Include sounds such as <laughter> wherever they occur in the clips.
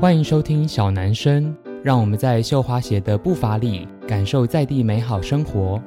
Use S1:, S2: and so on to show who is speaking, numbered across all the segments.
S1: 欢迎收听小男生，让我们在绣花鞋的步伐里，感受在地美好生活。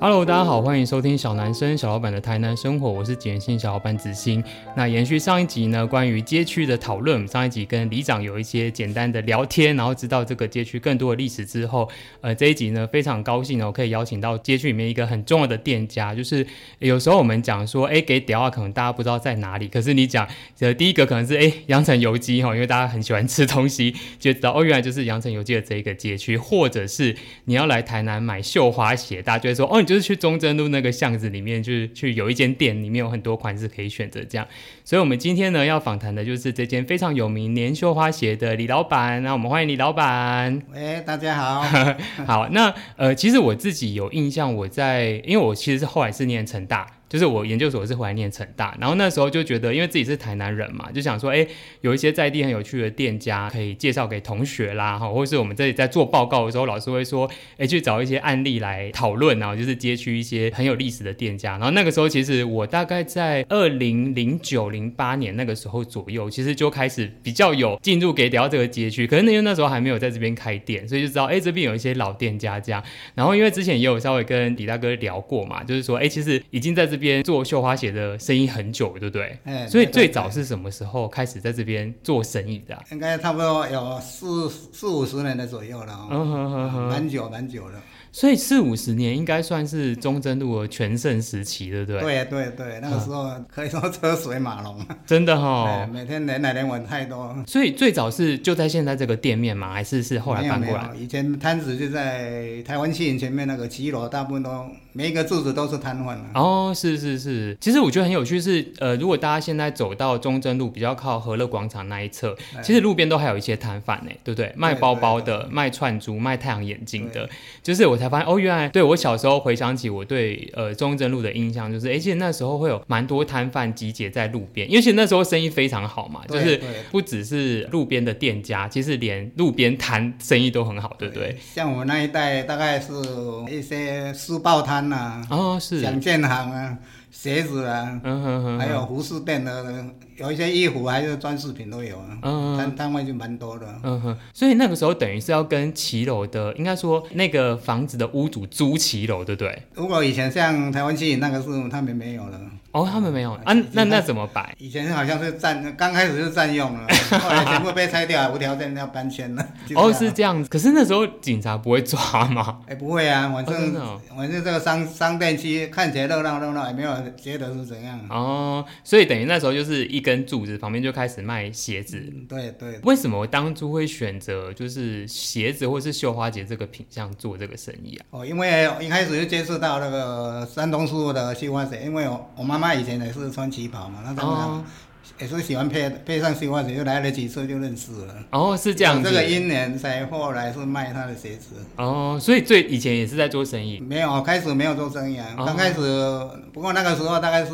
S1: Hello，大家好，欢迎收听小男生小老板的台南生活，我是简信小老板子欣。那延续上一集呢，关于街区的讨论，上一集跟里长有一些简单的聊天，然后知道这个街区更多的历史之后，呃，这一集呢非常高兴哦，可以邀请到街区里面一个很重要的店家，就是有时候我们讲说，哎，给屌啊，可能大家不知道在哪里，可是你讲，呃，第一个可能是哎阳城油鸡哈、哦，因为大家很喜欢吃东西， <laughs> 就知道哦，原来就是阳城油鸡的这一个街区，或者是你要来台南买绣花鞋，大家就会说，哦，你就是去中正路那个巷子里面，就是去有一间店，里面有很多款式可以选择这样。所以我们今天呢要访谈的就是这间非常有名年绣花鞋的李老板，那我们欢迎李老板。
S2: 喂，哎大家
S1: <laughs>
S2: 好。
S1: 好，那呃，其实我自己有印象，我在因为我其实是后来是念成大，就是我研究所是回来念成大，然后那时候就觉得，因为自己是台南人嘛，就想说，哎，有一些在地很有趣的店家可以介绍给同学啦，哈，或是我们这里在做报告的时候，老师会说，哎，去找一些案例来讨论啊，就是街区一些很有历史的店家。然后那个时候，其实我大概在二零零九零八年那个时候左右，其实就开始比较有进入给聊这个街区，可是那因为那时候还没有在这边开店，所以就知道，哎，这边有一些老店家这样。然后因为之前也有稍微跟李大哥聊过嘛，就是说，哎，其实已经在这边做绣花鞋的生意很久了，对不对？
S2: 哎
S1: 所以
S2: 对对
S1: 最早是什么时候开始在这边做生意的啊、
S2: 应该差不多有四四五十年的左右了哦，
S1: 嗯哼哼哼，
S2: 蛮久蛮久了。
S1: 所以四五十年应该算是中正路的全盛时期，对不对？，
S2: 对对对，那个时候可以说车水马龙，
S1: 真的哈、
S2: 哎每天人来人往太多。
S1: 所以最早是就在现在这个店面吗？还是是后来
S2: 没有
S1: 搬
S2: 没
S1: 过来？
S2: 有，以前摊子就在台湾戏影前面那个骑楼，大部分都每一个柱子都是瘫痪了。
S1: 哦，是是是，其实我觉得很有趣是，呃，如果大家现在走到中正路比较靠和乐广场那一侧，
S2: 哎
S1: 其实路边都还有一些摊贩呢，对不对？卖
S2: 对
S1: 包
S2: 对
S1: 包
S2: 对
S1: 的、卖串珠、卖太阳眼镜的，就是我才发现哦，原来对我小时候回想起我对呃中正路的印象，就是哎，其实那时候会有蛮多摊贩集结在路边，因为其实那时候生意非常好嘛，就
S2: 对
S1: 是
S2: 对
S1: 不只是路边的店家，其实连路边摊生意都很好，对不对？
S2: 像我们那一代，大概是一些书报摊啊、
S1: 哦，是，
S2: 蒋建行啊、鞋子啊，
S1: 嗯哼哼，
S2: 还有服饰店的，有一些衣服还是装饰品都有啊。
S1: 嗯
S2: 摊摊位就蛮多的。
S1: 嗯哼，所以那个时候等于是要跟骑楼的，应该说那个房子的屋主租骑楼，对不对？
S2: 如果以前像台湾戏那个是他们没有了，
S1: 哦，他们没有啊，
S2: 嗯
S1: 那那怎么摆？
S2: 以前好像是占，刚开始就占用
S1: <laughs>
S2: 了，后来全部被拆掉，无条件要搬迁了。就这样
S1: 哦，是。这样子。可是那时候警察不会抓吗？
S2: 哎、不会啊，反
S1: 哦真
S2: 正、
S1: 的哦
S2: 反正这个商商店区看起来热闹热闹，也没有觉得是怎样。
S1: 哦，所以等于那时候就是一根柱子旁边就开始卖鞋子。
S2: 嗯对对，
S1: 为什么我当初会选择就是鞋子或是绣花鞋这个品相做这个生意啊？
S2: 哦，因为一开始就接触到那个山东师傅的绣花鞋，因为我我妈妈以前也是穿旗袍嘛，那当然啊
S1: 哦
S2: 也是喜欢配配上绣花鞋，就来了几次就认识了。
S1: 哦，是这样
S2: 有
S1: 子。
S2: 这个姻缘才后来是卖他的鞋子。
S1: 哦，所以最以前也是在做生意。
S2: 没有，哦开始没有做生意啊。
S1: 哦
S2: 刚开始，不过那个时候大概是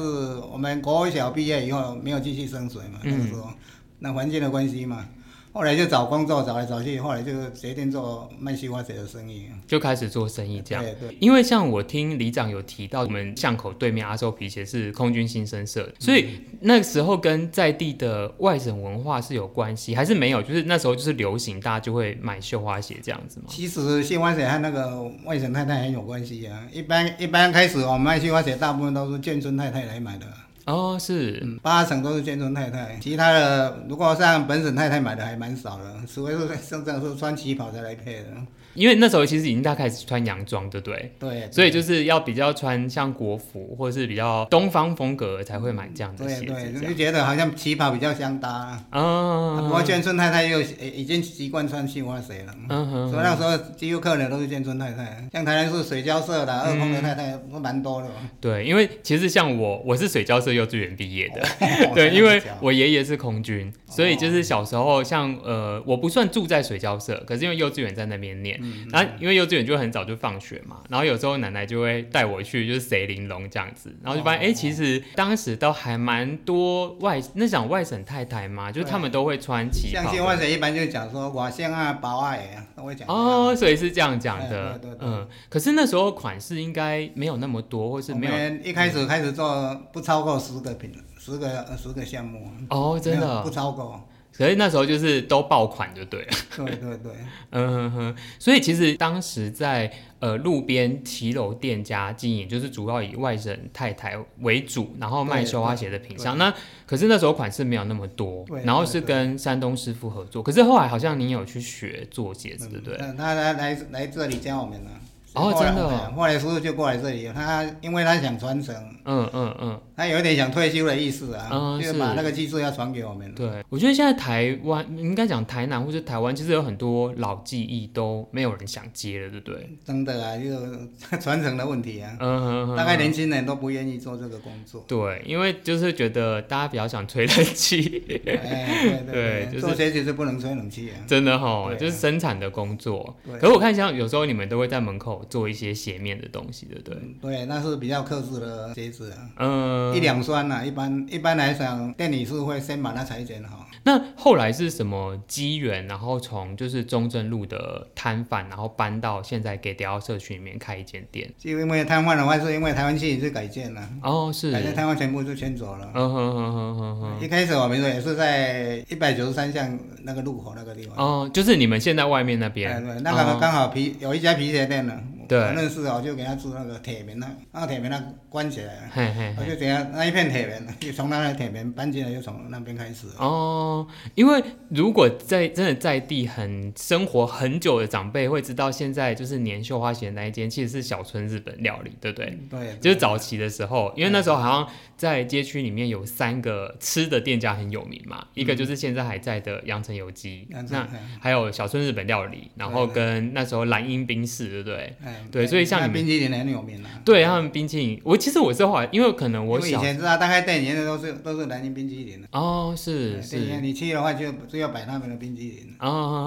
S2: 我们国小毕业以后没有继续升学
S1: 嗯
S2: 嘛，那个时候，那环境的关系嘛。后来就找工作，找来找去，后来就决定做卖西瓜水的生意。啊
S1: 就开始做生嗯意这样。
S2: 对对
S1: 因为像我听里长有提到，我们巷口对面阿寿皮鞋是空军新生社的，
S2: 嗯
S1: 所以那时候跟在地的外省文化是有关系，还是没有？就是那时候就是流行，大家就会买绣花鞋这样子嘛。
S2: 其实西瓜水和那个外省太太很有关系啊。一般一般开始我哦们卖西瓜水，大部分都是眷村太太来买的，
S1: 哦，是，
S2: 嗯八成都是眷村太太。其他的如果像本省太太买的还蛮少的，除非是真正是穿旗袍才来配的。
S1: 因为那时候其实已经大概开始穿洋装，对不对？
S2: 对，
S1: 所以就是要比较穿像国服或是比较东方风格才会买这样的
S2: 对
S1: 鞋
S2: 嗯对，
S1: 子这
S2: 就
S1: 样。
S2: 觉得好像旗袍比较相搭啊。不过
S1: 啊，
S2: 眷村太太又已已经习惯穿西瓜水了，
S1: 嗯哼，
S2: 所以那时候几乎客人都是眷村太太，像
S1: 嗯
S2: 台南是水交社的、二空的太太都蛮多的。
S1: 对，因为其实像我，我是水交社幼稚园毕业的。<laughs> <laughs>
S2: 哦
S1: 对，因为我爷爷是空军，所以就是小时候像呃，我不算住在水交社，可是因为幼稚园在那边念，
S2: 嗯
S1: 然后因为幼稚园就很早就放学嘛，然后有时候奶奶就会带我去就是谁玲珑这样子，然后就
S2: 哦
S1: 发现哎、诶其实当时都还蛮多外那种外省太太嘛，就是他们都会穿旗
S2: <laughs> 像
S1: 袍
S2: 新。华社一般就讲说我乡啊、保啊也啊都会讲这样。
S1: 哦，所以是这样讲
S2: 哎
S1: 的
S2: 对对，对
S1: 嗯，可是那时候款式应该没有那么多，或是
S2: 我
S1: 没有
S2: 们一开始开始做不超过十个品，十个呃十个项目，
S1: 哦，真
S2: 没有不
S1: 的，
S2: 超过。
S1: 可是那时候就是都爆款就对了。
S2: 对对对，
S1: 嗯哼哼，所以其实当时在呃路边骑楼店家经营，就是主要以外省太太为主，然后卖
S2: 对
S1: 绣花
S2: 对
S1: 鞋的品
S2: 对
S1: 相。那可是那时候款式没有那么多
S2: 对，
S1: 然后
S2: 对
S1: 是
S2: 对
S1: 跟山东师傅合作。可是后来好像你有去学做鞋 <laughs> 子，对不对？
S2: 嗯他他来来这里教我们了。
S1: 哦
S2: 后来
S1: 真的哦
S2: 哎后来师傅就过来这里，他因为他想传承，
S1: 嗯嗯嗯，
S2: 他有点想退休的意思啊，
S1: 嗯
S2: 就是把那个技术要传给我们。
S1: 对，我觉得现在台湾应该讲台南或是台湾，其实有很多老技艺都没有人想接了，对不对？
S2: 真的啊，就传承的问题啊，
S1: 嗯哼哼，。
S2: 大概年轻人都不愿意做这个工作
S1: <laughs> 对，因为就是觉得大家比较想吹冷气。
S2: 哎，对
S1: 对就是
S2: 对，做鞋子是不能吹冷气啊。
S1: 真的哈，
S2: 对啊
S1: 就是生产的工作。
S2: 对
S1: 可是我看像有时候你们都会在门口做一些鞋面的东西，对不对？
S2: 嗯对，那是比较克制的鞋子啊，
S1: 嗯，
S2: 一两双啊，一般一般来讲，店里是会先把它裁剪好。
S1: 那后来是什么机缘，然后从就是中正路的摊贩，然后搬到现在给迪奥社区里面开一间店？
S2: 就因为瘫痪的话，是因为台湾区也是改建啊了、
S1: 哦，是，
S2: 改建
S1: 嗯
S2: 瘫痪全部就迁走了。
S1: 哼哼哼哼哼，
S2: 一开始我们也是在一百九十三巷那个路口那个地方。
S1: 哦，就是你们现在外面那边，
S2: 哎对，那个
S1: 哦
S2: 刚好皮、有一家皮鞋店呢，我
S1: 对
S2: 我认识啊，我就给他做那个铁门那那个铁门那关起来，啊
S1: 嘿嘿
S2: 我
S1: 嘿。
S2: 就给他那一片铁门，就从那个铁门搬进来，就从那边开始。
S1: 哦，因为如果在真的在地很生活很久的长辈会知道，现在就是年绣花鞋那一间其实是小村日本料理，对不对？
S2: 对，
S1: 就是早期的时候，因为那时候好像在街区里面有三个吃的店家很有名
S2: 嗯
S1: 嘛，一个就是现在还在的阳城油鸡，
S2: 那
S1: 那还有小村日本料理，然后跟那时候蓝鹰冰室，对不对？
S2: 哎
S1: 对所以像你
S2: 那
S1: 们
S2: 冰淇淋很有名啊。
S1: 对他们冰淇淋，我其实我是后来，因为可能我
S2: 因为以
S1: 小
S2: 前知道，大概店里面都是都是南京冰淇淋的。
S1: 哦，是
S2: 哎店里面
S1: 是。
S2: 你去的话就就要摆他们的冰淇淋。
S1: 啊、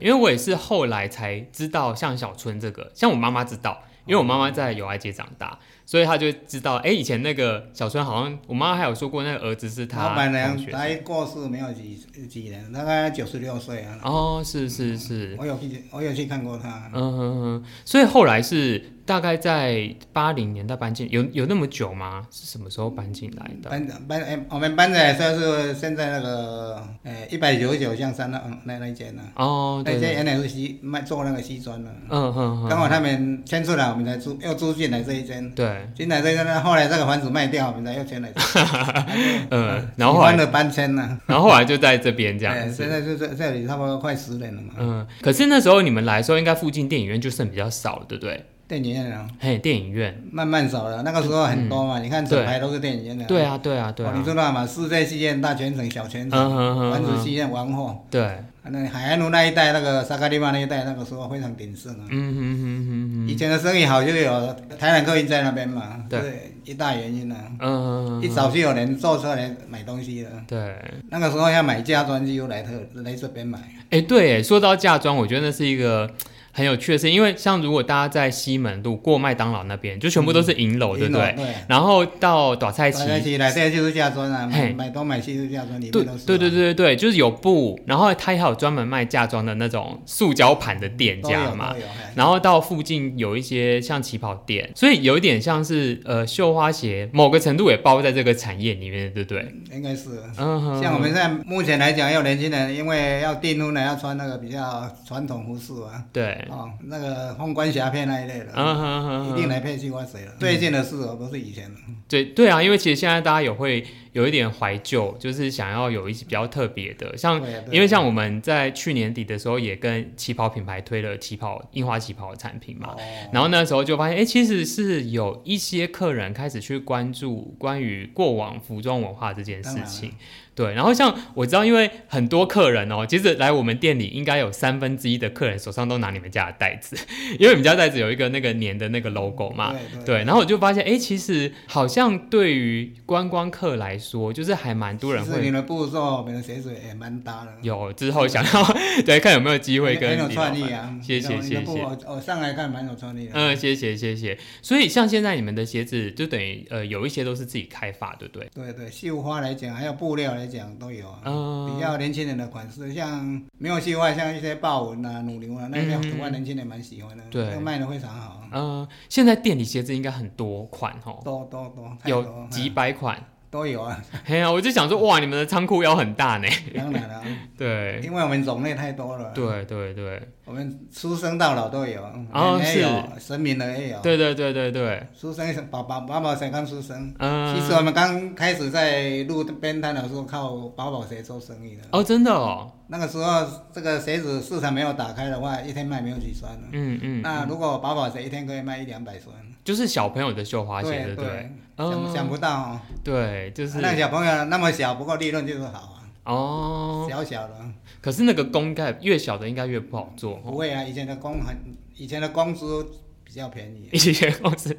S1: 因为我也是后来才知道，像小春这个，像我妈妈知道，因为我妈妈在友爱街长大，所以她就知道，哎、以前那个小春好像，我妈妈还有说过，那个儿子是她
S2: 老板娘
S1: 同学
S2: 她过世没有几几年，大概九十六岁啊。
S1: 哦，是是是，
S2: 我有去，我有去看过她。
S1: 嗯哼哼，所以后来是大概在八零年代搬进，有有那么久吗？是什么时候搬进来的？
S2: 搬搬哎，我们搬的时候是现在那个哎一百九十九巷三那嗯那那一间呢、啊
S1: 哦，
S2: 那
S1: 对
S2: 间
S1: 对，
S2: 原来是西卖做那个西装的、
S1: 嗯哼
S2: 刚
S1: 哼，
S2: 好他们迁出来，我们才租又租进来这一间，
S1: 对，
S2: 进来这一间，后来这个房子卖掉，我们才又迁来这一间。 <laughs>
S1: 嗯，然后后
S2: 搬
S1: 来，
S2: 了搬迁呢、
S1: 然后后来就在这边这样
S2: 哎现
S1: 子。
S2: 在就在这里差不多快十年了嘛，
S1: 嗯，可是那时候你们来的时候，应该附近电影院就剩比较少，对不对？
S2: 电影院啊，
S1: 嘿，电影院，
S2: 慢慢少了，那个时候很多嘛，你看整
S1: 嗯对
S2: 排都是电影院的、
S1: 对啊，对啊，对
S2: 哦你
S1: 啊，
S2: 知道吗？世界戏院、大全城、小全
S1: 嗯
S2: 城、
S1: 哼
S2: 丸
S1: 哼
S2: 子
S1: 哼，
S2: 戏院、王后，啊
S1: 对，
S2: 那海岸路那一带，那个沙卡利曼那一带，那个时候非常鼎盛啊。
S1: 嗯哼哼哼哼，
S2: 以前的生意好，就有台南客运在那边嘛，
S1: 对
S2: 是一大原因啊。
S1: 嗯，
S2: 一早就有人坐车来买东西了，
S1: 对。
S2: 那个时候要买家装就来特来这边买。
S1: 哎、对耶，说到嫁妆，我觉得那是一个很有趣的事，因为像如果大家在西门路过麦当劳那边，就全部都是银楼，哦对不对？
S2: 对。
S1: 然后到短菜旗，
S2: 一起来，这就是家装啊，
S1: 嘿
S2: 买买东买西就是家装，里面
S1: 对
S2: 都是啊。
S1: 对对对对对，就是有布，然后它还有专门卖嫁妆的那种塑胶盘的店，
S2: 都
S1: 这
S2: 有，
S1: 样嘛
S2: 都。有。嘿
S1: 然后到附近有一些像旗袍店，所以有一点像是呃绣花鞋，某个程度也包在这个产业里面，对不对？
S2: 应该是。
S1: 嗯哼，
S2: 像我们现在目前来讲，要年轻人，因为要订婚呢，要穿那个比较传统服饰啊，
S1: 对，
S2: 哦，那个凤冠霞帔那一类的。
S1: 嗯哼哼哼，
S2: 一定来配西瓜水了。最近的事哦，不是以前的。
S1: 对对啊，因为其实现在大家有会有一点怀旧，就是想要有一些比较特别的，像
S2: 对啊对啊
S1: 嗯因为像我们在去年底的时候也跟旗袍品牌推了旗袍印花旗袍的产品嘛，
S2: 哦
S1: 然后那时候就发现，哎，其实是有一些客人开始去关注关于过往服装文化这件事
S2: 当然
S1: 情
S2: 了，
S1: 对，然后像我知道，因为很多客人哦，其实来我们店里应该有三分之一的客人手上都拿你们家的袋子， <laughs> 因为你们家袋子有一个那个粘的那个 logo 嘛。
S2: 对
S1: 对，然后我就发现，哎，其实好像对于观光客来说，就是还蛮多人
S2: 其实你
S1: 会
S2: 的步骤、你的水准也蛮搭的，
S1: 有之后想要 <laughs> 对看有没有机会跟
S2: 很有
S1: 李老
S2: 创意
S1: 板。
S2: 啊。
S1: 谢谢
S2: 你的
S1: 谢
S2: 步
S1: 谢
S2: 我我上来看蛮有创意的。
S1: 嗯，谢谢谢谢。所以像现在你们的鞋子，就等于呃有一些都是自己开发，对不对？
S2: 对对，绣花来讲，还有布料来讲都有啊。
S1: 嗯
S2: 比较年轻人的款式，像没有绣花，像一些豹纹啊、乳牛啊那些
S1: 嗯
S2: 图案，年轻人蛮喜欢的，
S1: 对
S2: 那个卖的非常好啊，
S1: 嗯，现在店里鞋子应该很多款哦，
S2: 多多多，太
S1: 有
S2: 多了
S1: 几百款。 <laughs>
S2: 都有啊，
S1: 嘿呀，我就想说，哇，你们的仓库要很大呢。 <laughs>
S2: 当然了，
S1: 对，
S2: 因为我们种类太多了，
S1: 对对对，
S2: 我们出生到老都有，
S1: 哦
S2: 人也有，神明的也有，
S1: 对对对对对，
S2: 出生宝宝宝宝谁刚出生？
S1: 嗯，
S2: 其实啊我们刚开始在路边摊的时候，靠宝宝鞋做生意的。
S1: 哦，真的哦，
S2: 那个时候，这个鞋子市场没有打开的话，一天卖没有几双了。
S1: 嗯嗯，
S2: 那如果宝宝鞋一天可以卖一两百双，
S1: 就是小朋友的绣花鞋，对
S2: 对
S1: 不对？
S2: 想想
S1: 嗯，
S2: 不到哦，
S1: 对，就是
S2: 那小朋友那么小，不过利润就是好啊，
S1: 哦，
S2: 小小的
S1: 可是那个工盖越小的应该越不好做
S2: 不
S1: 哦， <laughs>
S2: 会啊。以前的工很，以前的工资比较便宜，
S1: 一些公司，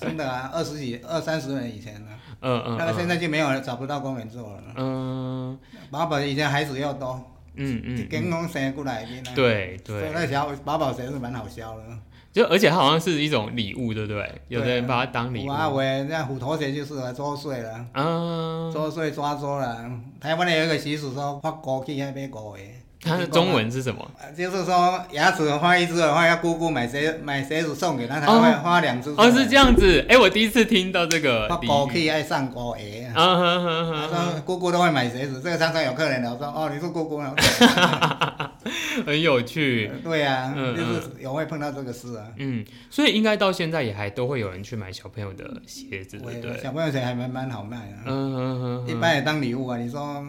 S2: 真
S1: <laughs>
S2: 的啊，二十几、二三十年以前呢、
S1: 嗯嗯
S2: 那个现
S1: 嗯
S2: 在就没有了，找不到工人做了。
S1: 嗯
S2: 宝宝以前孩子要多，
S1: 嗯
S2: 一
S1: 嗯
S2: 根
S1: 嗯，
S2: 工生过来一呢。
S1: 对
S2: 所以
S1: 对，
S2: 那小宝宝鞋是蛮好销的。
S1: 就而且它好像是一种礼物，对不对？有的人把它当礼
S2: 啊我
S1: 物，
S2: 阿伟啊那虎头鞋就是啊，周岁了，
S1: 嗯，
S2: 周岁抓周了。台湾的有一个习俗说，发狗去那边狗的。
S1: 它的 <laughs> 中文是什么？
S2: 呃就是说牙齿花一只的话，要姑姑买谁买谁子送给他，他
S1: 哦
S2: 会花两只出来。
S1: 哦，是这样子，哎，我第一次听到这个
S2: 他
S1: 俚
S2: 狗
S1: 语，
S2: 屁爱上狗爷
S1: 嗯
S2: 啊。
S1: 哼哼
S2: 他
S1: 哼哼。
S2: 说姑姑都会买鞋子，这个常常有客人来我说哦，你是姑姑啊？ <laughs>
S1: 很有趣。
S2: 对呀、啊，
S1: 嗯
S2: 就是有会碰到这个事啊。
S1: 嗯，所以应该到现在也还都会有人去买小朋友的鞋子，
S2: 我
S1: 对不对？
S2: 小朋友鞋还蛮蛮好卖的、
S1: 嗯嗯嗯
S2: 一
S1: 嗯，
S2: 般也当礼物啊。你说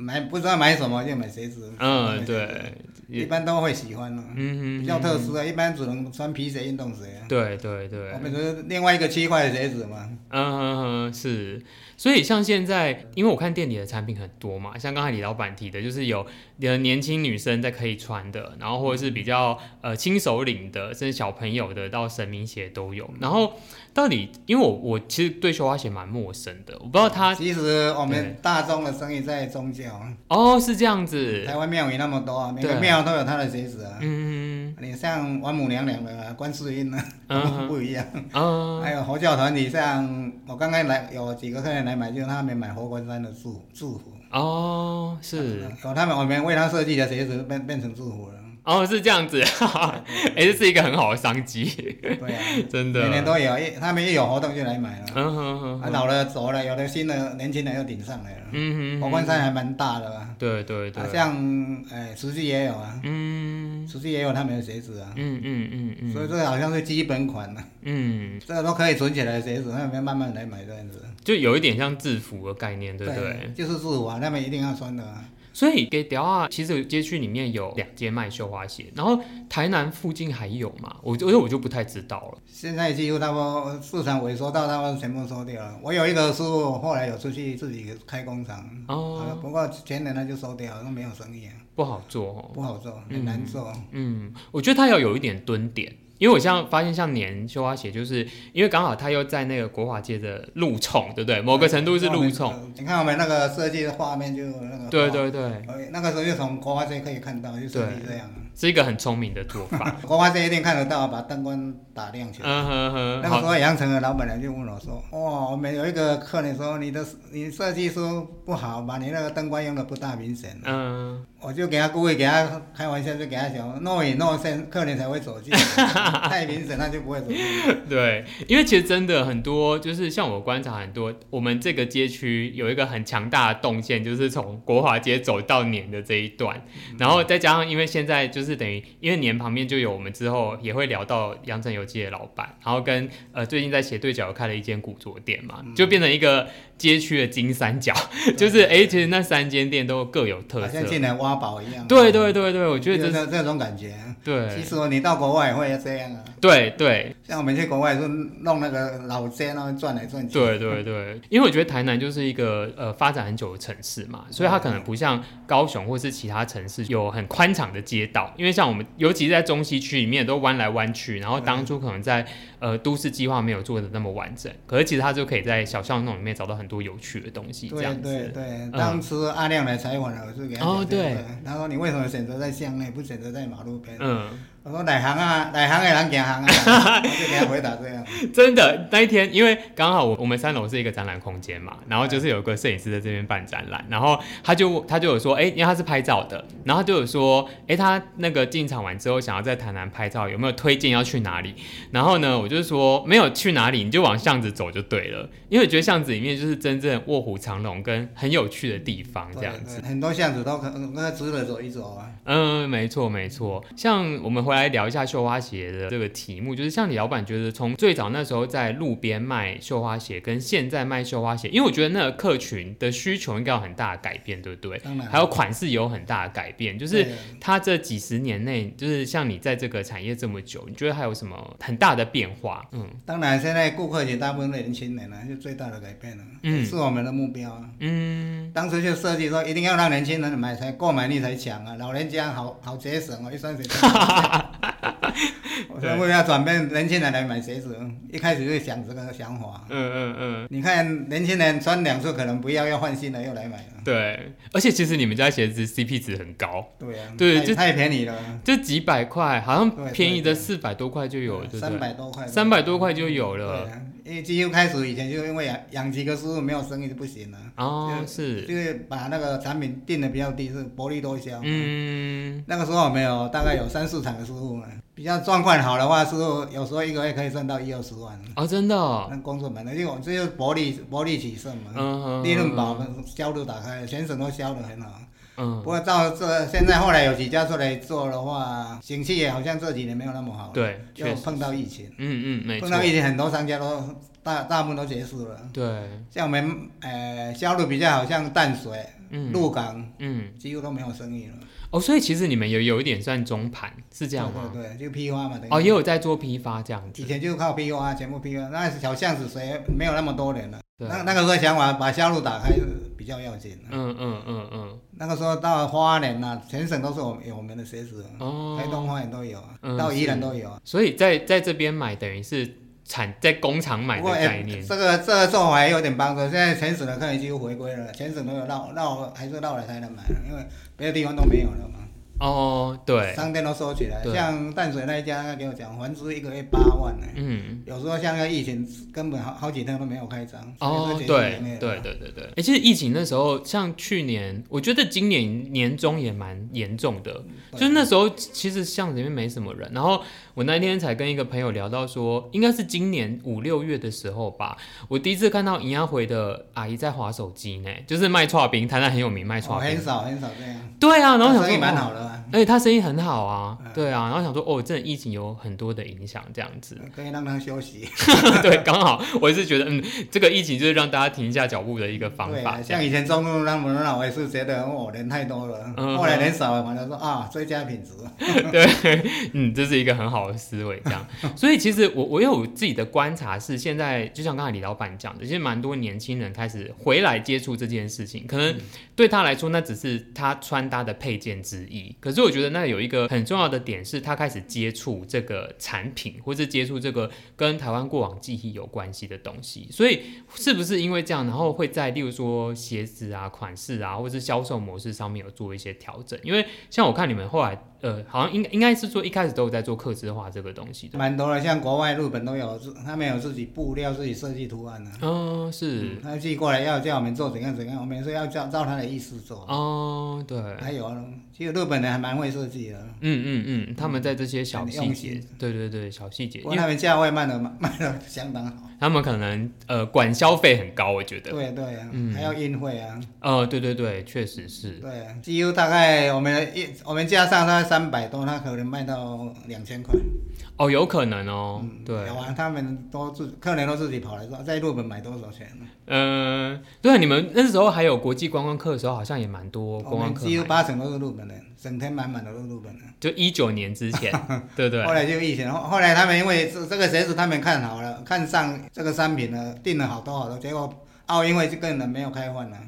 S2: 买不知道买什么就买鞋子，
S1: 嗯，
S2: 买鞋子，
S1: 对，
S2: 一
S1: 也
S2: 般都会喜欢啊，
S1: 嗯
S2: 比较特，
S1: 嗯
S2: 殊啊，一般只能穿皮鞋、运动鞋啊
S1: 嗯。对对对，
S2: 我们
S1: 嗯
S2: 就是另外一个区块的鞋子嘛。
S1: 嗯嗯是，所以像现在，因为我看店里的产品很多嘛，像刚才李老板提的，就是有呃年轻女生在可以穿的，然后或者是比较呃轻手领的，甚至小朋友的到神明鞋都有。然后到底，因为我我其实对绣花鞋蛮陌生的，我不知道它
S2: 其实我
S1: 对
S2: 们大众的生意在宗教，
S1: 哦是这样
S2: <laughs>
S1: 子，
S2: 台湾庙宇那么多啊，每
S1: 对
S2: 个庙都有它的鞋子啊。
S1: 嗯
S2: 你像王母娘娘的啊，观世音啊，
S1: 嗯
S2: 不一样。
S1: 嗯
S2: 还有佛教团体，像我刚刚来有几个客人来买，就是他们买佛光山的祝祝福，
S1: 哦，是
S2: 有他们我们为他设计的鞋子变变成祝
S1: <laughs>
S2: 福了。
S1: 哦，是这样子， <laughs> 哎、这是一个很好的商机，
S2: 对啊，
S1: 真的。
S2: 每年都有，一他们一有活动就来买了。
S1: 嗯哼哼
S2: 啊，
S1: 哼，
S2: 老了走了，有的新的年轻人又顶上来了。
S1: 嗯
S2: 佛
S1: 哼
S2: 光
S1: 哼，
S2: 山还蛮大的吧？
S1: 对对对
S2: 啊，，像哎，慈济也有啊，
S1: 嗯
S2: 慈济也有他们的鞋子啊
S1: 嗯。嗯嗯嗯，
S2: 所以这个好像是基本款
S1: <laughs>
S2: 啊，
S1: 嗯，
S2: 这个都可以存起来的鞋子，他们慢慢来买这样子。
S1: 就有一点像制服的概念，对不对？
S2: 就是制服啊，他们一定要穿的、啊。
S1: 所以给屌啊，其实街区里面有两间卖绣花鞋，然后台南附近还有嘛，我就我就不太知道了。
S2: 现在几乎他们市场萎缩到他们全部收掉了。我有一个师傅，后来有出去自己开工厂，啊
S1: 哦，
S2: 不过前年他就收掉了，都没有生意啊，
S1: 不好做哦。
S2: 不好做，很难做。
S1: 嗯，我觉得它要有一点蹲点，因为我像发现像年绣花鞋，就是因为刚好它又在那个国华街的路冲，对不对？某个程度是路冲，
S2: 我们。你看我们那个设计的画面就有那个，
S1: 对对对，
S2: 呃，那个时候就从国画街可以看到，就设计这样。
S1: 是一个很聪明的做 <laughs> 法。
S2: 国画街一定看得到，把灯光打亮起来。
S1: 嗯哼哼，
S2: 那个时
S1: 好，
S2: 候，杨城的老板娘就问我说：“哇，我们有一个客人说你的你设计说不好，把你那个灯光用的不大明显。”
S1: 嗯，
S2: 我就给他故意给他开玩笑，就给他讲弄一弄先客人才
S1: <laughs>
S2: 会走进来，太明显他就不会走进来。
S1: 对，因为其实真的很多，就是像我观察很多，我们这个街区有一个很强
S2: 嗯
S1: 大的动线，就是从国华街走到年的这一段，然后再加上因为现在就是就是等于因为年旁边就有我们之后也会聊到阳城游记的老板，然后跟呃最近在斜对角有开了一间古着店嘛，
S2: 嗯
S1: 就变成一个街区的金三角，就是哎、其实那三间店都各有特
S2: 嗯好
S1: 色
S2: 像。进来挖宝一样。
S1: 对对对对，我觉得
S2: 就
S1: 这是
S2: 这这种感觉。其
S1: 对
S2: 实哦，你到国外也会这样啊。
S1: 对对
S2: 像我们去国外是弄那个老街，然后转来转去。
S1: 对对对，因为我觉得台南就是一个呃发展很久的城市嘛，所以它可能不像高雄或是其他城市有很宽敞的街道，因为像我们尤其是在中西区里面都弯来弯去，然后当初可能在呃都市计划没有做的那么完整，可是其实它就可以在小巷弄里面找到很多有趣的东西，这
S2: 对
S1: 样
S2: 对
S1: 子。嗯
S2: 对，当初阿亮来采访了，我就给他
S1: 哦
S2: 讲这
S1: 对
S2: 个。他说你为什么选择在巷内，不选择在马路边？
S1: 嗯，
S2: 我说哪行啊，哪行的人行
S1: <laughs>
S2: 行啊，我就给他回答这样。
S1: 真的那一天，因为刚好我我们三楼是一个展览空间嘛，然后就是有个摄影师在这边办展览，然后他就他就有说，哎、因为他是拍照的，然后他就有说，哎、他那个进场完之后想要在台南拍照，有没有推荐要去哪里？然后呢，我就说没有去哪里，你就往巷子走就对了，因为我觉得巷子里面就是真正卧虎藏龙跟很有趣的地方这样子。
S2: 对对很多巷子都可那值得走一走啊。
S1: 嗯，没错没错。像我们回来聊一下绣花鞋的这个题目，就是像李老板觉得，从最早那时候在路边卖绣花鞋，跟现在卖绣花鞋，因为我觉得那个客群的需求应该有很大的改变，对不对？
S2: 当然，
S1: 还有款式也有很大的改变，就是
S2: 对
S1: 它这几十年内，就是像你在这个产业这么久，你觉得还有什么很大的变化？嗯
S2: 当然，现在顾客也大部分年轻人啊，是最大的改变了、
S1: 嗯
S2: 是我们的目标啊。
S1: 嗯，
S2: 当初就设计说，一定要让年轻人买才购买力才强啊，老人家好好节省哦，一双鞋。
S1: <laughs>
S2: 我说为了转变年轻人来买鞋子，一开始就想这个想法。啊
S1: 嗯嗯嗯，
S2: 你看年轻人穿两次可能不要，要换新的又来买啊了。
S1: 对。而且其实你们家鞋子 CP 值很高。
S2: 对啊，
S1: 对
S2: 太
S1: 这
S2: 太便宜了，
S1: 就几百块，好像
S2: 对
S1: 便宜的
S2: 对对
S1: 四百多块就有，对不
S2: 啊三
S1: 对？
S2: 百多块，
S1: 三百多块就有
S2: 对
S1: 了
S2: 啊，因为几乎开始以前就因为养养几个师傅没有生意就不行了。
S1: 哦，，
S2: 就是是把那个产品定的比较低，是薄利多销。
S1: 嗯，
S2: 那个时候我们有大概有三四场的师傅呢，比较状况好的话，师傅有时候一个月可以赚到一二十万，
S1: 哦，真的哦，
S2: 那工作蛮累，因为我们这就是薄利薄利取胜嘛，
S1: 嗯，
S2: 利润宝销路打开了，全省都销得很好。不
S1: 嗯，
S2: 过到这现在后来有几家出来做的话，景气也好像这几年没有那么好了，
S1: 对，
S2: 又
S1: 确实，
S2: 碰到疫情，
S1: 嗯嗯，没错
S2: 碰，到疫情很多商家都大大部分都结束了。
S1: 对，
S2: 像我们呃销路比较好，像淡水、
S1: 嗯，
S2: 鹿港。
S1: 嗯，
S2: 几乎都没有生意了。
S1: 哦，所以其实你们也有一点算中盘，是这样吗？
S2: 对对对，就批发嘛。等于
S1: 哦，也有在做批发这样
S2: 以
S1: 子，
S2: 前就靠批发，全部批发。那小巷子谁没有那么多人了？
S1: 对，
S2: 那那个时候想法把销路打开比较要紧。
S1: 嗯嗯嗯嗯，
S2: 那个时候到花莲呐、全省都是我们有我们的鞋子，台
S1: 哦，
S2: 东花莲都有啊，
S1: 嗯
S2: 到宜兰
S1: 是
S2: 都有啊。
S1: 所以在在这边买等于是产在工厂买
S2: 不
S1: 的
S2: 过
S1: 概
S2: 哎、
S1: 念，
S2: 这个这个做法也有点帮助。现在全省的客人几乎回归了，全省都有绕绕，还是绕来台南买了，因为别的地方都没有了嘛。
S1: 哦，对，
S2: 商店都收起来，
S1: 对
S2: 像淡水那一家给我讲，还租一个月八万呢、
S1: 嗯。
S2: 有时候像那个疫情，根本好好几天都没有开张。
S1: 哦，
S2: 所
S1: 对
S2: 以说解决没
S1: 对
S2: 有
S1: 对对对，哎、其实疫情那时候，像去年，我觉得今年年中也蛮严重的，
S2: 嗯对
S1: 就是那时候其实巷子里面没什么人。然后我那天才跟一个朋友聊到说，应该是今年五六月的时候吧，我第一次看到银安回的阿姨在划手机呢，就是卖串冰，台南很有名卖
S2: 哦
S1: 串冰
S2: 很，少很少这样，
S1: 对啊，然后想
S2: 生
S1: 说
S2: 意蛮
S1: 哦
S2: 好的啊，
S1: 而且他生意很好啊
S2: 嗯，
S1: 对啊，然后想说哦，真的疫情有很多的影响这样子， <laughs>
S2: 可以让他休息。
S1: 对，刚好我是觉得嗯，这个疫情就是让大家停下脚步的一个方
S2: 对
S1: 法
S2: 啊，，
S1: 这样
S2: 像以前中路那么热我也是觉得哦人太多了，
S1: 嗯
S2: 后来人少了，反正说啊追加品质。
S1: 嗯，这是一个很好的思维，这样。 <laughs> 所以其实我我有自己的观察是，现在就像刚才李老板讲的，其实蛮多年轻人开始回来接触这件事情，可能对他来说那只是他穿搭的配件之一。可是我觉得那有一个很重要的点是，他开始接触这个产品，或是接触这个跟台湾过往记忆有关系的东西。所以是不是因为这样，然后会在例如说鞋子啊、款式啊，或是销售模式上面有做一些调整？因为像我看你们后来，呃，好像应该应该是说一开始都有在做客制化这个东西的。
S2: 蛮多的，像国外、日本都有，自他们有自己布料、自己设计图案的、啊。
S1: 嗯、是，
S2: 他寄过来要叫我们做怎样怎样，我们说要照照他的意思做。
S1: 哦，对，
S2: 还有啊，其实日本人还蛮会设计的，
S1: 嗯嗯嗯，他们在这些小
S2: 很
S1: 细
S2: 嗯用
S1: 节
S2: 心，
S1: 对对对，小细节，因
S2: 不过
S1: 为
S2: 他们价位卖的卖的相当好。
S1: 他们可能呃管消费很高，我觉得，
S2: 对对啊
S1: 嗯，
S2: 还要运费啊。
S1: 呃，对对对，确实是，
S2: 对，几乎大概我们一我们加上它三百多，他可能卖到两千块。
S1: 哦，有可能哦，
S2: 嗯，
S1: 对，
S2: 有啊，他们都自客人都自己跑来说，在日本买多少钱？
S1: 嗯、对，你们那时候还有国际观光客的时候，好像也蛮多观
S2: 我们
S1: 光客
S2: 几乎
S1: 买，
S2: 八成都是日本人，整天满满的都是日本人。
S1: 就一九年之
S2: <laughs>
S1: 前，对不对？
S2: 后来就疫情，后后来他们因为这这个鞋子他们看好了，看上这个商品了，订了好多好多，结果啊奥运会就根本没有开换了。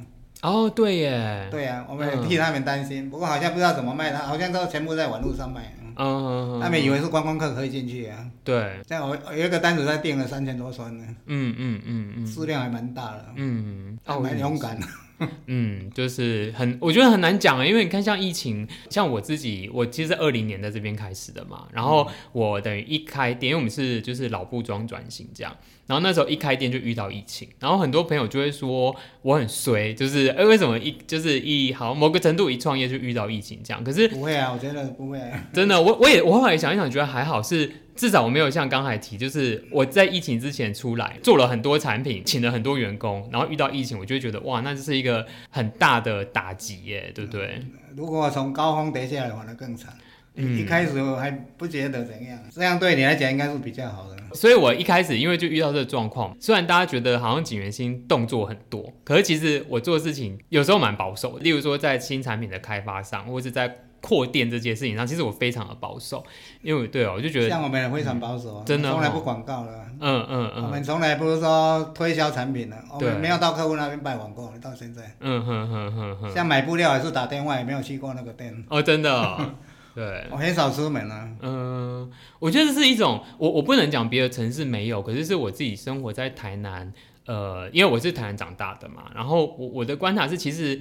S1: 哦，对嗯耶，
S2: 对啊，我们也替他们担心，不过好像不知道怎么卖，它好像都全部在网络上卖。啊
S1: 嗯嗯，嗯
S2: 他们以为是观光客可以进去啊，
S1: 对，
S2: 像我我有一个单子他订了三千多双呢，
S1: 嗯嗯嗯嗯
S2: 数量还蛮大的，
S1: 嗯，
S2: 还
S1: 奥运
S2: 蛮勇敢的。 <laughs>
S1: 嗯，就是很，我觉得很难讲啊，因为你看，像疫情，像我自己，我其实二零年在这边开始的嘛，然后我等于一开店，因为我们是就是老布庄转型这样，然后那时候一开店就遇到疫情，然后很多朋友就会说我很衰，就是哎、为什么一就是一好某个程度一创业就遇到疫情这样，可是
S2: 不会啊，我觉得不会、啊。
S1: 真的，我我也我后来想一想，觉得还好是。至少我没有像刚才提，就是我在疫情之前出来做了很多产品，请了很多员工，然后遇到疫情，我就会觉得哇，那就是一个很大的打击耶，对不对？
S2: 如果从高峰跌下来，反而更惨。
S1: 嗯
S2: 一开始我还不觉得怎样，这样对你来讲应该是比较好的。
S1: 所以我一开始因为就遇到这个状况，虽然大家觉得好像景元星动作很多，可是其实我做的事情有时候蛮保守的，例如说在新产品的开发上，或是在扩店这件事情上，其实我非常的保守，因为对哦，我就觉得，
S2: 像我们也非常保守啊，
S1: 真的哦
S2: 从来不广告了。
S1: 嗯嗯
S2: 我
S1: 嗯
S2: 们从来不是说推销产品的，我
S1: 对
S2: 们没有到客户那边拜访过，到现在。
S1: 嗯哼哼哼哼，
S2: 像买布料也是打电话，也没有去过那个店，
S1: 哦，真的
S2: <laughs>
S1: 哦、对。
S2: 我很少出门啊。
S1: 嗯，我觉得这是一种，我我不能讲别的城市没有，可是是我自己生活在台南，呃，因为我是台南长大的嘛，然后我我的观察是，其实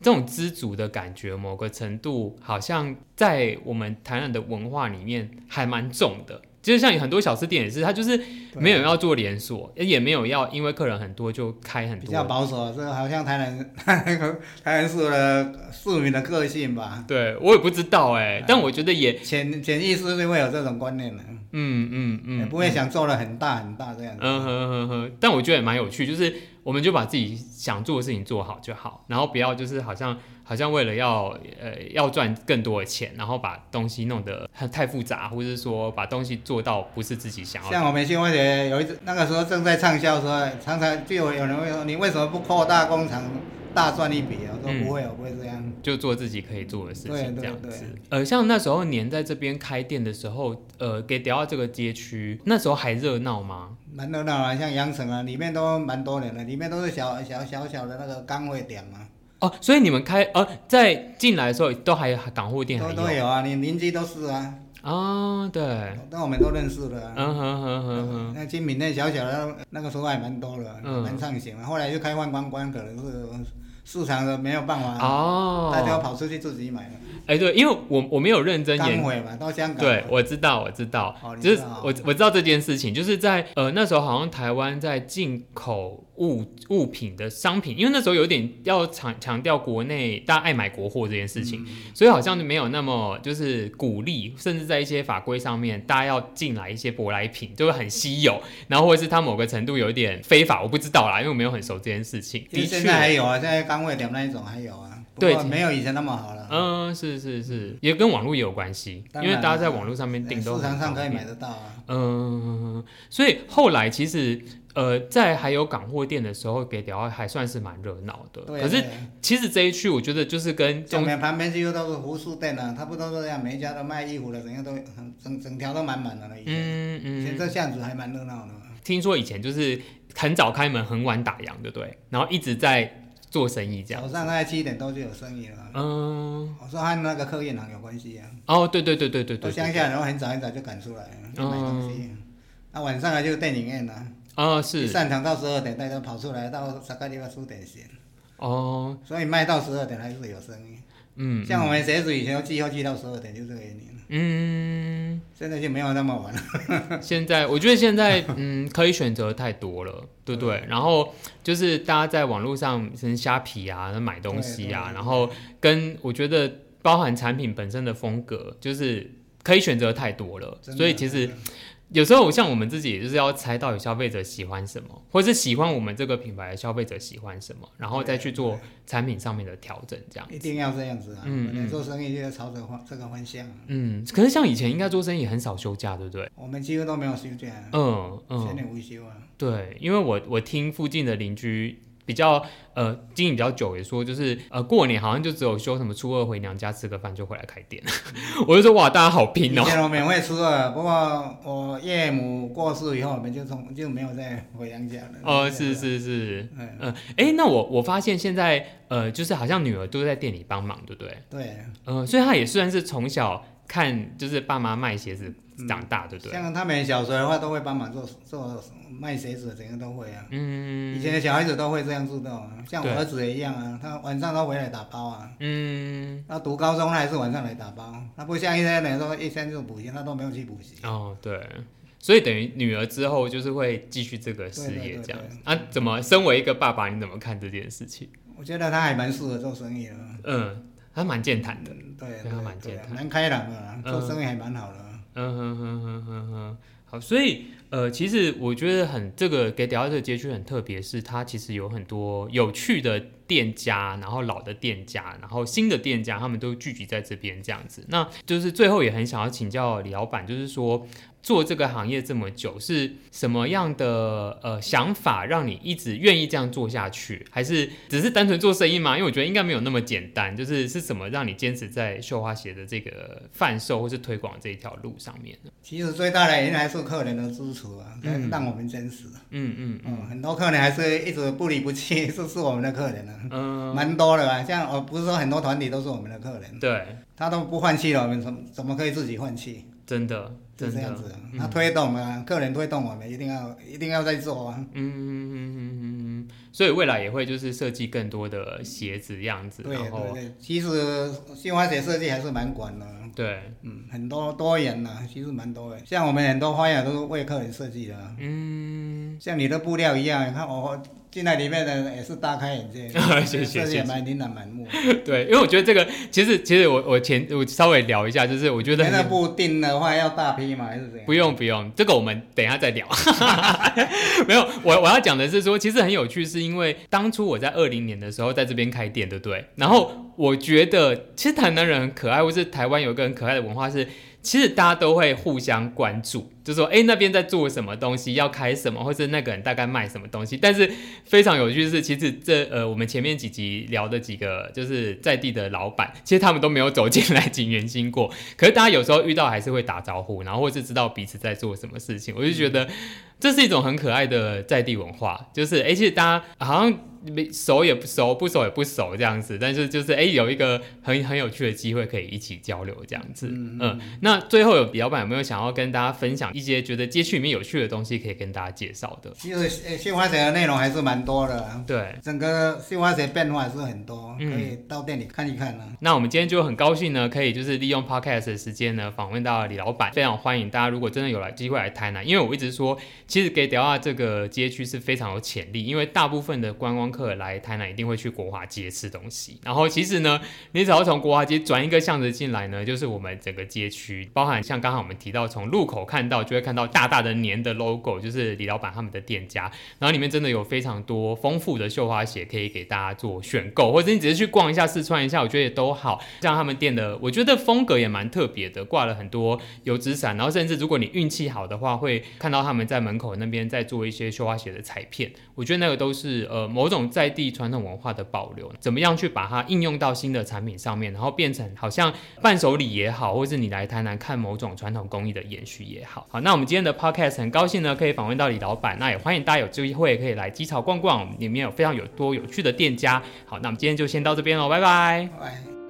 S1: 这种知足的感觉，某个程度好像在我们台南的文化里面还蛮重的。就是像有很多小吃店也是，它就是
S2: 对
S1: 没有要做连锁，也没有要因为客人很多就开很
S2: 比较
S1: 多。
S2: 保守，这好像台南 <laughs> 台南市的市民的个性吧，
S1: 对我也不知道哎、
S2: 啊
S1: 但我觉得也，
S2: 潜潜意识是会有这种观念的，
S1: 嗯嗯嗯，
S2: 也不会想做的很大很大这样子。
S1: 嗯哼哼哼，但我觉得也蛮有趣，就是我们就把自己想做的事情做好就好，然后不要就是好像好像为了要呃要赚更多的钱，然后把东西弄得很太复杂，或者是说把东西做到不是自己想要的。
S2: 像我们新花学有一次那个时候正在畅销的时候，常常就有人会说你为什么不扩大工厂大赚一笔啊？我说
S1: 嗯
S2: 不会，我不会这样。
S1: 就做自己可以做的事
S2: 对
S1: 情，
S2: 对
S1: 这样子
S2: 对。
S1: 呃，像那时候年在这边开店的时候，呃，给聊到这个街区，那时候还热闹吗？
S2: 蛮热闹啊，像羊城啊，里面都蛮多人的，里面都是小小小小的那个钢会点嘛，
S1: 哦，所以你们开呃，在进来的时候都还港货店还
S2: 都都有啊，你邻居都是啊，
S1: 啊、对，
S2: 那我们都认识的、啊。
S1: 嗯哼哼哼哼。
S2: 那精品店小小的，那个时候还蛮多的，
S1: 嗯
S2: 蛮畅行的。后来就开放观光，可能是市场的没有办法，
S1: 哦，
S2: 大家跑出去自己买了。
S1: 哎、对，因为我我没有认真
S2: 刚
S1: 研，
S2: 回嘛，到香港。
S1: 对，我知道，我知道，
S2: 哦你
S1: 就是
S2: 知道
S1: 我我知道这件事情，就是在呃那时候好像台湾在进口物物品的商品，因为那时候有点要强强调国内大家爱买国货这件事情，
S2: 嗯
S1: 所以好像就没有那么就是鼓励，甚至在一些法规上面，大家要进来一些舶来品就会很稀有，然后或者是它某个程度有一点非法，我不知道啦，因为我没有很熟这件事情。
S2: 其
S1: 的
S2: 实现
S1: 确
S2: 在，还有啊，现在刚会点那一种还有啊，不
S1: 对
S2: 过没有以前那么好了。
S1: 嗯、是是是，也跟网络也有关系，因
S2: 啊当然
S1: 为大家在
S2: 啦
S1: 网络上面订都
S2: 市场
S1: 很
S2: 上
S1: 方
S2: 可以
S1: 便
S2: 买得到啊。
S1: 嗯，所以后来其实呃，在还有港货店的时候，给聊还算是蛮热闹的。
S2: 对啊。
S1: 可是
S2: 对啊
S1: 其实这一区，我觉得就是跟
S2: 我
S1: 中
S2: 们旁边几乎都是服饰店啊，差不多都这样，每一家都卖衣服的，怎样都很整整条都满满的了。以前，
S1: 嗯
S2: 以前
S1: 嗯，
S2: 这巷子还蛮热闹的。
S1: 听说以前就是很早开门，很晚打烊，对不对？然后一直在做生意这样
S2: 早。上大概七点多就有生意了。
S1: 嗯，
S2: 我说和那个客运行有关系啊，
S1: 哦，对对对对对
S2: 都
S1: 对，哦
S2: 乡下人很早很早就赶出来去买东西。那晚上啊就电影院了，
S1: 啊、
S2: 一
S1: 是
S2: 散场到十二点，大家跑出来到萨卡利巴书点闲，
S1: 哦，
S2: 所以卖到十二点还是有生意。
S1: 嗯
S2: 像我们鞋子以前都寄货寄到十二点，就这个原因了。
S1: 嗯，
S2: 现在就没有那么晚了。
S1: 现在我觉得现在嗯，可以选择太多了，对不对？
S2: 嗯
S1: 然后就是大家在网络上像虾皮啊买东西啊，
S2: 对对
S1: 然后跟我觉得包含产品本身的风格，就是可以选择太多了，
S2: 真的
S1: 所以其实。有时候像我们自己，也就是要猜到底消费者喜欢什么，或是喜欢我们这个品牌的消费者喜欢什么，然后再去做产品上面的调整，这样。
S2: 一定要这样子啊！
S1: 嗯
S2: 本来
S1: 嗯
S2: 做生意就要朝着方这个方向，啊
S1: 嗯，可是像以前应该做生意很少休假，对不对？
S2: 我们几乎都没有休啊假，
S1: 嗯嗯，
S2: 全年无休
S1: <laughs>
S2: 啊。
S1: 对，因为我我听附近的邻居比较呃经营比较久，也说就是呃过年好像就只有休什么初二回娘家吃个饭就回来开店， <laughs> 我就说哇大家好
S2: 以
S1: 拼哦，
S2: 前我们会吃的，不过我岳母过世以后，我们就从就没有再回娘家了。
S1: 哦是，是是，
S2: 嗯，
S1: 嗯、哎、那我我发现现在呃就是好像女儿都在店里帮忙，对不对？
S2: 对，啊
S1: 呃，所以她也算是从小看就是爸妈卖鞋子长大，对不对？
S2: 像他们小学的话，都会帮忙做做卖鞋子，怎样都会啊。以
S1: 嗯
S2: 前的小孩子都会这样做的啊，像我
S1: 对
S2: 儿子也一样啊，他晚上都回来打包啊。
S1: 嗯，
S2: 他读高中他还是晚上来打包，他不像一些人说一天就补习，他都没有去补习。
S1: 哦，对，所以等于女儿之后就是会继续这个事业这样子啊？怎么身为一个爸爸，你怎么看这件事情？
S2: 我觉得他还蛮适合做生意的，
S1: 嗯，他蛮健谈的，
S2: 嗯对，
S1: 对他蛮
S2: 对
S1: 健
S2: 对
S1: 谈
S2: 蛮开朗的啊，
S1: 嗯
S2: 做生意还蛮好的啊。
S1: 嗯哼哼哼哼哼，好，所以呃，其实我觉得很这个给迪奥特街区很特别，是它其实有很多有趣的店家，然后老的店家，然后新的店家，他们都聚集在这边这样子。那就是最后也很想要请教李老板，就是说做这个行业这么久，是什么样的呃想法让你一直愿意这样做下去，还是只是单纯做生意吗？因为我觉得应该没有那么简单，就是是什么让你坚持在绣花鞋的这个贩售或是推广这一条路上面呢？
S2: 其实最大的原因还是客人的支持啊，
S1: 嗯
S2: 让我们坚持。啊
S1: 嗯嗯嗯
S2: 嗯，很多客人还是一直不离不弃，这是我们的客人啊，
S1: 嗯，
S2: 蛮多的啊。像我不是说很多团体都是我们的客人，
S1: 对，
S2: 他都不换气了，我们怎么怎么可以自己换气？
S1: 真的
S2: 是
S1: 真
S2: 这样
S1: 的，
S2: 子啊，
S1: 嗯
S2: 他推动啊，客人推动我们，一定要一定要再做啊。
S1: 嗯嗯嗯嗯嗯嗯，所以未来也会就是设计更多的鞋子样子，
S2: 对
S1: 然
S2: 对
S1: 后
S2: 对，其实新花鞋设计还是蛮广的，
S1: 对，
S2: 嗯，很多多元呐、其实蛮多的。像我们很多花样都是为客人设计的啊、
S1: 嗯，，
S2: 像你的布料一样，你看我进来里面的也是大开眼
S1: <laughs>
S2: 界
S1: 谢谢
S2: 设计
S1: 谢谢
S2: 也蛮琳琅满目。
S1: 对，因为我觉得这个其实其实我我前我稍微聊一下，就是我觉得
S2: 你那
S1: 很
S2: 布定的话要大批吗？还是怎样？
S1: 不用不用，这个我们等一下再聊。 <laughs> 没有，我我要讲的是说，其实很有趣，是因为当初我在二零年的时候在这边开店，对不对？然后我觉得，其实台南人很可爱，或是台湾有一个很可爱的文化是，其实大家都会互相关注，就说哎、诶那边在做什么东西，要开什么，或是那个人大概卖什么东西。但是非常有趣的是，其实这呃我们前面几集聊的几个就是在地的老板，其实他们都没有走进来景元经过，可是大家有时候遇到还是会打招呼，然后或是知道彼此在做什么事情，我就觉得这是一种很可爱的在地文化，就是哎、诶其实大家好像没熟也不熟，不熟也不熟这样子，但是就是哎、诶有一个很很有趣的机会可以一起交流这样子，嗯
S2: 嗯
S1: 那最后有比老板有没有想要跟大家分享一些觉得街区里面有趣的东西可以跟大家介绍的？
S2: 其实呃绣花鞋的内容还是蛮多的啊，
S1: 对。
S2: 整个绣花鞋变化还是很多，
S1: 嗯
S2: 可以到店里看一看啊。
S1: 那我们今天就很高兴呢，可以就是利用 podcast 的时间呢，访问到李老板，非常欢迎大家。如果真的有来机会来台南，因为我一直说，其实给迪亚这个街区是非常有潜力，因为大部分的观光客来台南一定会去国华街吃东西。然后其实呢，你只要从国华街转一个巷子进来呢，就是我们整个街区，包含像刚才我们提到，从路口看到就会看到大大的年的 logo，就是李老板他们的店家。然后里面真的有非常多丰富的绣花鞋可以给大家做选购，或者你只是去逛一下、试穿一下，我觉得也都好。像他们店的，我觉得风格也蛮特别的，挂了很多油纸伞，啊然后甚至如果你运气好的话，会看到他们在门口那边在做一些绣花鞋的彩片。我觉得那个都是呃某种在地传统文化的保留，怎么样去把它应用到新的产品上面，然后变成好像伴手礼也好，或是你来台南看某种传统工艺的延续也好。好，那我们今天的 podcast 很高兴呢，可以访问到李老板，那也欢迎大家有机会可以来机草逛逛，里面有非常有多有趣的店家。好，那我们今天就先到这边喽，拜拜。
S2: 拜拜。